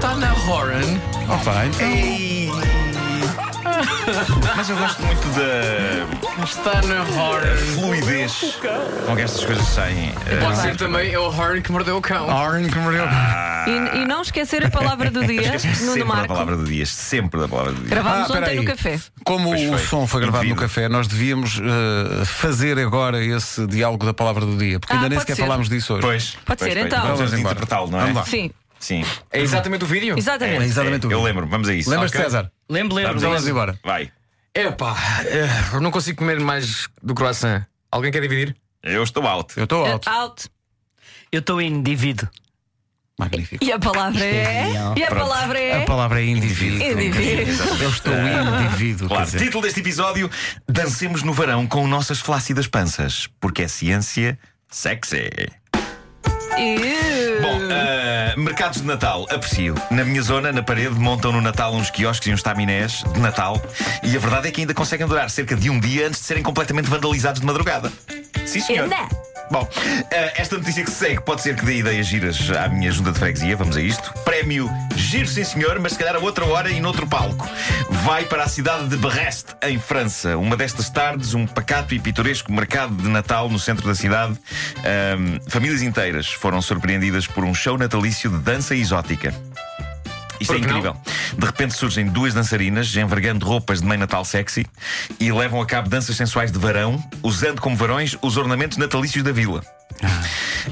Tana Horan. Opa, então. Ei. Mas eu gosto muito da Tana Horan. fluidez com que estas coisas saem. eh, Pode ser também é o Horan que mordeu o cão. Orange que mordeu. Ah, E, e não esquecer a palavra Então, do dia, Esquece sempre Nuno da Marco. palavra Ah, do dia, sempre da palavra do dia. Gravámos espera ontem aí. no café. Como Pois o foi. som foi gravado no Devido. café, nós devíamos eh, fazer agora esse diálogo da palavra do dia, porque Ah, ainda nem pode sequer ser. falámos disso hoje. Pois. Pode pois, ser, pois. então. Vamos Vamos embora. interpretá-lo, não é? Vamos lá. Sim, Sim. É exatamente o vídeo? É, exatamente. exatamente o Eu vídeo. lembro, vamos a isso. Lembras-te, Ok? César? Lembro, lembro. Vamos a Vamos isso. embora. Vai. Epá, eh, eu não consigo comer mais do croissant. Alguém quer dividir? Eu estou alto. Eu estou Eh, alto. Out. Eu estou indivíduo. Magnífico. E a palavra é. E a Pronto. palavra é. palavra é indivíduo. Indivíduo. Eu estou indivíduo. É. Claro, título deste episódio: Dancemos no verão com nossas flácidas panças, porque é ciência sexy. E- Bom, ah, mercados de Natal, aprecio. Na minha zona, na parede, montam no Natal uns quiosques e uns taminés de Natal. E a verdade é que ainda conseguem durar cerca de um dia antes de serem completamente vandalizados de madrugada. Sim, senhor. Ainda? Bom, eh, esta notícia que segue pode ser que dê ideias giras à minha junta de freguesia, vamos a isto. Prémio Giro, sim senhor, mas se calhar a outra hora e noutro palco. Vai para a cidade de Brest, em França. Uma destas tardes, um pacato e pitoresco mercado de Natal no centro da cidade. Ahm, famílias inteiras foram surpreendidas por um show natalício de dança exótica. Isto é Por que não? incrível. De repente surgem duas dançarinas envergando roupas de Mãe Natal sexy e levam a cabo danças sensuais de varão, usando como varões os ornamentos natalícios da vila.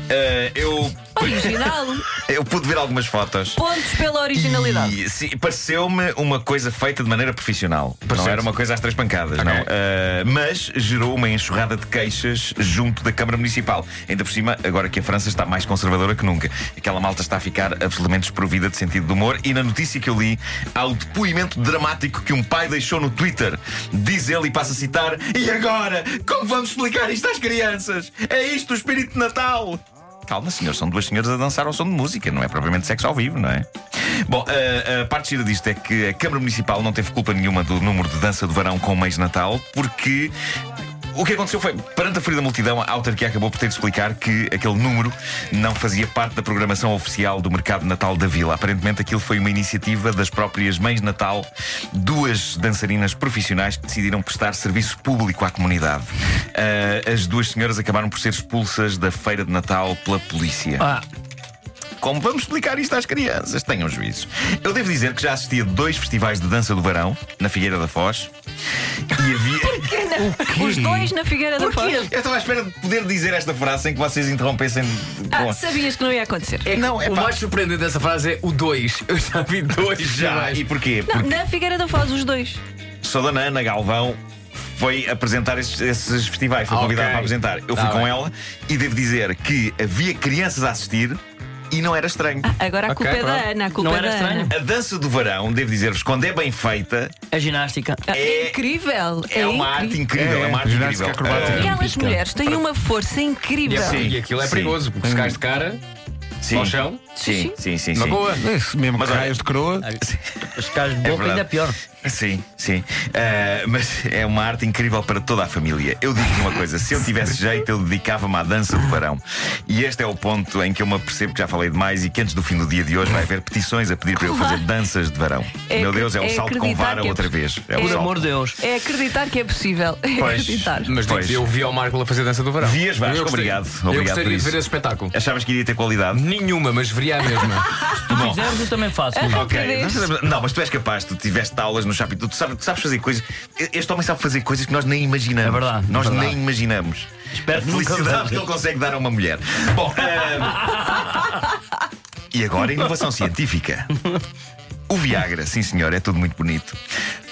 Ah, eu, Original. eu pude ver algumas fotos. Pontos pela originalidade. E sim, pareceu-me uma coisa feita de maneira profissional. Não Pareceu-te? era uma coisa às três pancadas, não. Ah, mas gerou uma enxurrada de queixas junto da Câmara Municipal. Ainda por cima, agora que a França está mais conservadora que nunca. Aquela malta está a ficar absolutamente desprovida de sentido de humor. E na notícia que eu li, há o depoimento dramático que um pai deixou no Twitter. Diz ele, e passa a citar: E agora? Como vamos explicar isto às crianças? É isto o espírito de Natal? Calma, senhor, são duas senhoras a dançar ao som de música, não é propriamente sexo ao vivo, não é? Bom, a, a parte gira disto é que a Câmara Municipal não teve culpa nenhuma do número de dança de verão com o mês de Natal, porque. O que aconteceu foi, perante a fúria da multidão, a autarquia acabou por ter de explicar que aquele número não fazia parte da programação oficial do mercado de Natal da vila. Aparentemente, aquilo foi uma iniciativa das próprias Mães de Natal, duas dançarinas profissionais que decidiram prestar serviço público à comunidade. Ah, as duas senhoras acabaram por ser expulsas da feira de Natal pela polícia. Ah, Como vamos explicar isto às crianças? Tenham juízo. Eu devo dizer que já assisti a dois festivais de dança do verão, na Figueira da Foz, e havia. Os dois na Figueira da Foz. Eu estava à espera de poder dizer esta frase sem que vocês interrompessem. Ah, Bom, sabias que não ia acontecer. É que Não, é o pá. mais surpreendente dessa frase é o 2. Eu já vi dois já. demais. E porquê? Não, Porque na Figueira da Foz, os dois. só da Ana Galvão foi apresentar esses, esses festivais, foi Ah, convidada ok. para apresentar. Eu fui Tá com bem. ela e devo dizer que havia crianças a assistir e não era estranho. Agora a Ok, culpa é da pronto. Ana. A culpa Não é era da estranho? Ana. A dança do verão, devo dizer-vos, quando é bem feita, a ginástica. Ah, É- É incrível. é, uma arte incrível. incrível. É, É, uma arte ginástica incrível. assim, acrobática. Ah, Aquelas mulheres têm uma força E, incrível. é- Sim, e aquilo é sim. perigoso, porque se cais de cara, É. sim. ao chão, Sim, sim, sim. uma sim. boa. Esse É mesmo Mas Mas olha- Ah, caias de coroa. Os caras de É boca verdade. ainda é pior. Sim, sim. Ah, mas é uma arte incrível para toda a família. Eu digo-vos uma coisa: se eu tivesse jeito, eu dedicava-me à dança do verão. E este é o ponto em que eu me apercebo que já falei demais e que antes do fim do dia de hoje vai haver petições a pedir para eu fazer danças de verão. É Meu acre- Deus, é o é salto com acreditar vara que é outra vez. É o Por salto. amor de Deus. É acreditar que é possível. É Pois. acreditar. Mas Pois. digo-te, eu vi ao Marco a fazer dança do verão. Vias, Vasco, Eu gostaria- obrigado. Obrigado Eu por gostaria de isso. ver esse espetáculo. Achavas que iria ter qualidade? Nenhuma, mas veria a mesma. Se tu quiseres, eu também faço. É. É Ok. Rapidez. Não, mas tu és capaz, tu tiveste aulas no chapito, tu sabes, tu sabes fazer coisas. Este homem sabe fazer coisas que nós nem imaginamos. É verdade, Nós é verdade. nem imaginamos. Espero a que nunca felicidade vamos que ver. ele consegue dar a uma mulher. Bom. ah, e agora, inovação científica. O Viagra, sim senhor, é tudo muito bonito.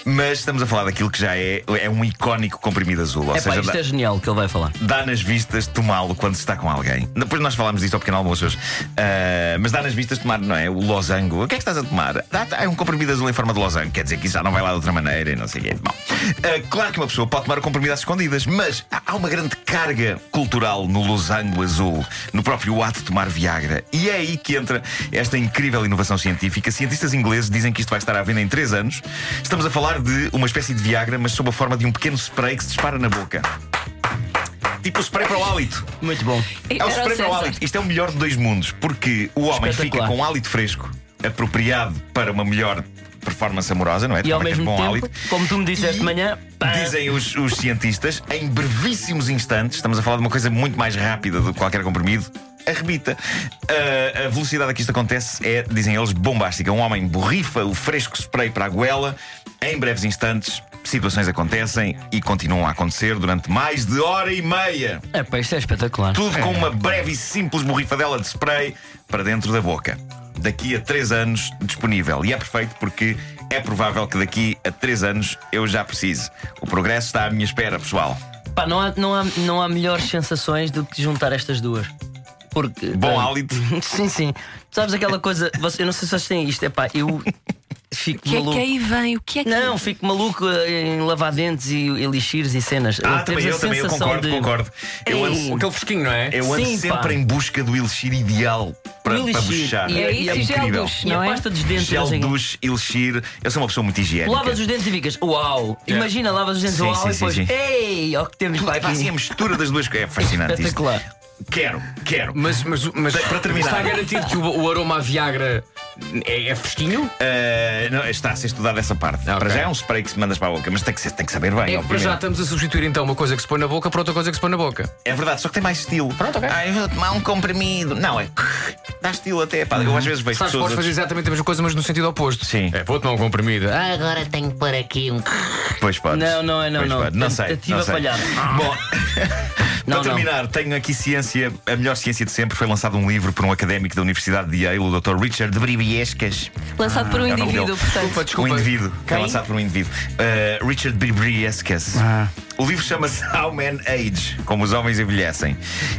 Mas estamos a falar daquilo que já é, é um icónico comprimido azul. Ou É pá, seja, isto dá- é genial o que ele vai falar. dá nas vistas tomá-lo quando se está com alguém. Depois nós falámos disto ao pequeno almoço hoje. Ah, mas dá nas vistas tomar, não é? O losango. O que é que estás a tomar? Ah, tá, é um comprimido azul em forma de losango. Quer dizer que isso já não vai lá de outra maneira e não sei o quê. Bom, ah, claro que uma pessoa pode tomar o comprimido às escondidas, mas há- há uma grande carga cultural no losango azul, no próprio ato de tomar Viagra. E é aí que entra esta incrível inovação científica. Cientistas ingleses dizem que isto vai estar à venda em 3 anos. Estamos a falar de uma espécie de Viagra, mas sob a forma de um pequeno spray que se dispara na boca. Tipo spray para o hálito. Muito bom. É o Era spray para o César. hálito. Isto é o melhor de dois mundos, porque o homem fica Espetacular. com hálito fresco apropriado para uma melhor performance amorosa, não é? E ao Tomar aquele mesmo bom tempo, hálito. como tu me disseste de manhã, pá, Dizem os, os cientistas, em brevíssimos instantes, estamos a falar de uma coisa muito mais rápida do que qualquer comprimido. Arrebita. Ah, A, a velocidade a que isto acontece é, dizem eles, bombástica. Um homem borrifa o fresco spray para a goela. Em breves instantes, situações acontecem e continuam a acontecer durante mais de hora e meia. é, pá, isto é espetacular. Tudo com uma breve e simples borrifadela de spray para dentro da boca. Daqui a 3 anos disponível. E é perfeito porque é provável que daqui a 3 anos eu já precise. O progresso está à minha espera, pessoal. Pá, não há, não, há, não há melhores sensações do que juntar estas duas. Porque. Bom pá, hálito. Sim, sim. Sabes aquela coisa. Você, eu não sei se vocês têm isto. É pá, eu fico O que é maluco. que aí vem? O que é que. Não, fico maluco eh, em lavar dentes e elixires e cenas. Ah, Temos também a eu, também eu sensação concordo, de- concordo. Eu ando, Aquele fresquinho, não é? eu ando Sim, sempre pá. em busca do elixir ideal para, O para elixir. buchar. E É é isso, gel incrível. duche, E a não é? pasta dos dentes. Gel não sei o quê. douche, elixir. Eu sou uma pessoa muito higiênica. Lavas os dentes e ficas, uau! Imagina, lavas os dentes, É Sim, uau, sim, e sim, depois, sim. ei, ó que temos para Pá, assim, a aqui. mistura das duas coisas. É fascinante isto. Espetacular. Quero, quero. Mas, mas, mas Para terminar. está garantido que o, o aroma a Viagra é, é fresquinho? Uh, não, está a ser estudada essa parte. Ah, ok. Para já é um spray que se mandas para a boca, mas tem que, ser- tem que saber bem. É que para já obviamente. estamos a substituir então uma coisa que se põe na boca por outra coisa que se põe na boca. É verdade, só que tem mais estilo. Pronto, ok. Ah, eu vou tomar um comprimido. Não, é. Dá estilo até. Pá, eu às vezes vejo Sabes, pessoas. podes fazer exatamente a mesma coisa, mas no sentido oposto. Sim. É, vou tomar um comprimido. Ah, Agora tenho que pôr aqui um Pois podes. Não, não, é, não, Pois não. Ah. podes. Não sei. Tentativa não sei. falhada. Bom, Não, não. para terminar, tenho aqui ciência, a melhor ciência de sempre. Foi lançado um livro por um académico da Universidade de Yale, o Dr. Richard de Bribiescas. Lançado por um é o nome indivíduo, dele. Desculpa, portanto. desculpa. Um indivíduo. Que é lançado por um indivíduo. Uh, Richard Bribiescas. O livro chama-se How Men Age Como os Homens Envelhecem.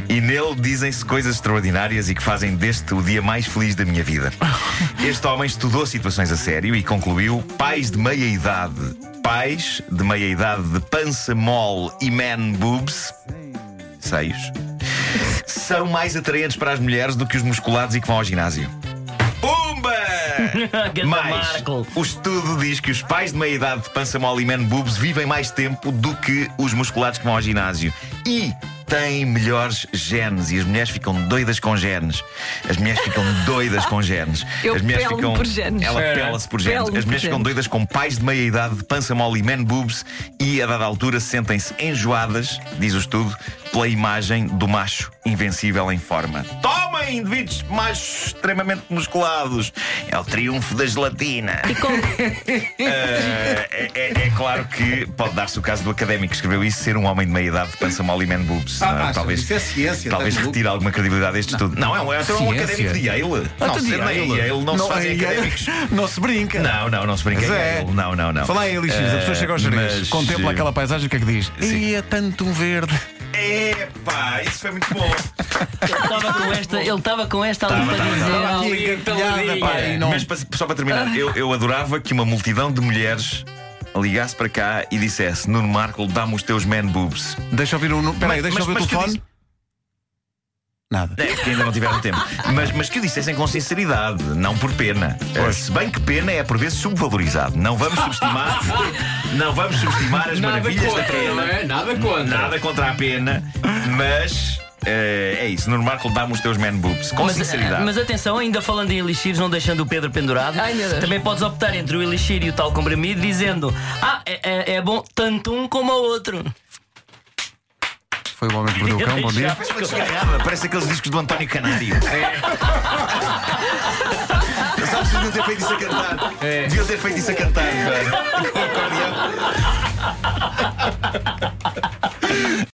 E nele dizem-se coisas extraordinárias e que fazem deste o dia mais feliz da minha vida. Este homem estudou situações a sério e concluiu pais de meia-idade. Pais de meia-idade de pança mole e man boobs. Seios. São mais atraentes para as mulheres do que os musculados e que vão ao ginásio. Pumba! Ganda Mas Marco. o estudo diz que os pais de meia idade de pança mole e man boobs vivem mais tempo do que os musculados que vão ao ginásio. E têm melhores genes. E as mulheres ficam doidas com genes. As mulheres ficam doidas com genes. Eu as mulheres pelo-me por genes. Ela É. pela-se por genes. Pelo-me As mulheres por ficam genes. doidas com pais de meia idade de pança mole e man boobs. E a dada altura sentem-se enjoadas, diz o estudo, pela imagem do macho invencível em forma. Tomem, indivíduos machos extremamente musculados. É o triunfo da gelatina. E com É, é- é claro que pode dar-se o caso do académico que escreveu isso ser um homem de meia idade que pensa mal e man boobs. não é? acha, talvez isso é ciência, talvez tá maluco? Ah, retire alguma credibilidade a este estudo. Não, é um, é um Ciência. académico de Yale. não, se não é Yale, não, se fazem é Yale. académicos. Não se brinca. Não, não, não se brinca em Pois é. Yale. Não, não, não. Falar em elixir, a pessoa Eh, chega aos jardins, mas, contempla eh, aquela paisagem, o que é que diz? E é tanto um verde. Epá, isso foi muito bom. Ele estava com esta, ele estava com esta ali Tava, para tava, dizer. tava. ali, Aqui, então, engalhada, ali, pá, é. e não- Mas pa- só para terminar, eu, eu adorava que uma multidão de mulheres ligasse para cá e dissesse: Nuno Marco, dá-me os teus man boobs. Deixa eu ouvir o. nu- Peraí, Mas- deixa eu mas- ouvir o mas que eu telefone. Nada. É, porque ainda não tiveram tempo. Mas, mas que o dissessem com sinceridade, não por pena. Eh, Se bem que pena é por vezes subvalorizado. Não vamos subestimar, não vamos subestimar as nada maravilhas da contra, não pena. é? Nada contra. Nada contra a pena, mas eh, é isso. No Marco dá-me os teus man boobs, com Mas, eh, eh, sinceridade. mas atenção, ainda falando em elixires, não deixando o Pedro pendurado, Ai, meu Deus. também podes optar entre o elixir e o tal comprimido, dizendo: Ah, é, é- é bom tanto um como o outro. Foi o homem que perdeu o cão, bom dia. Parece uma desgarrada, Parece aqueles discos do António Canário. Sabes, deviam ter feito isso a cantar. Deviam ter feito isso a cantar. cara.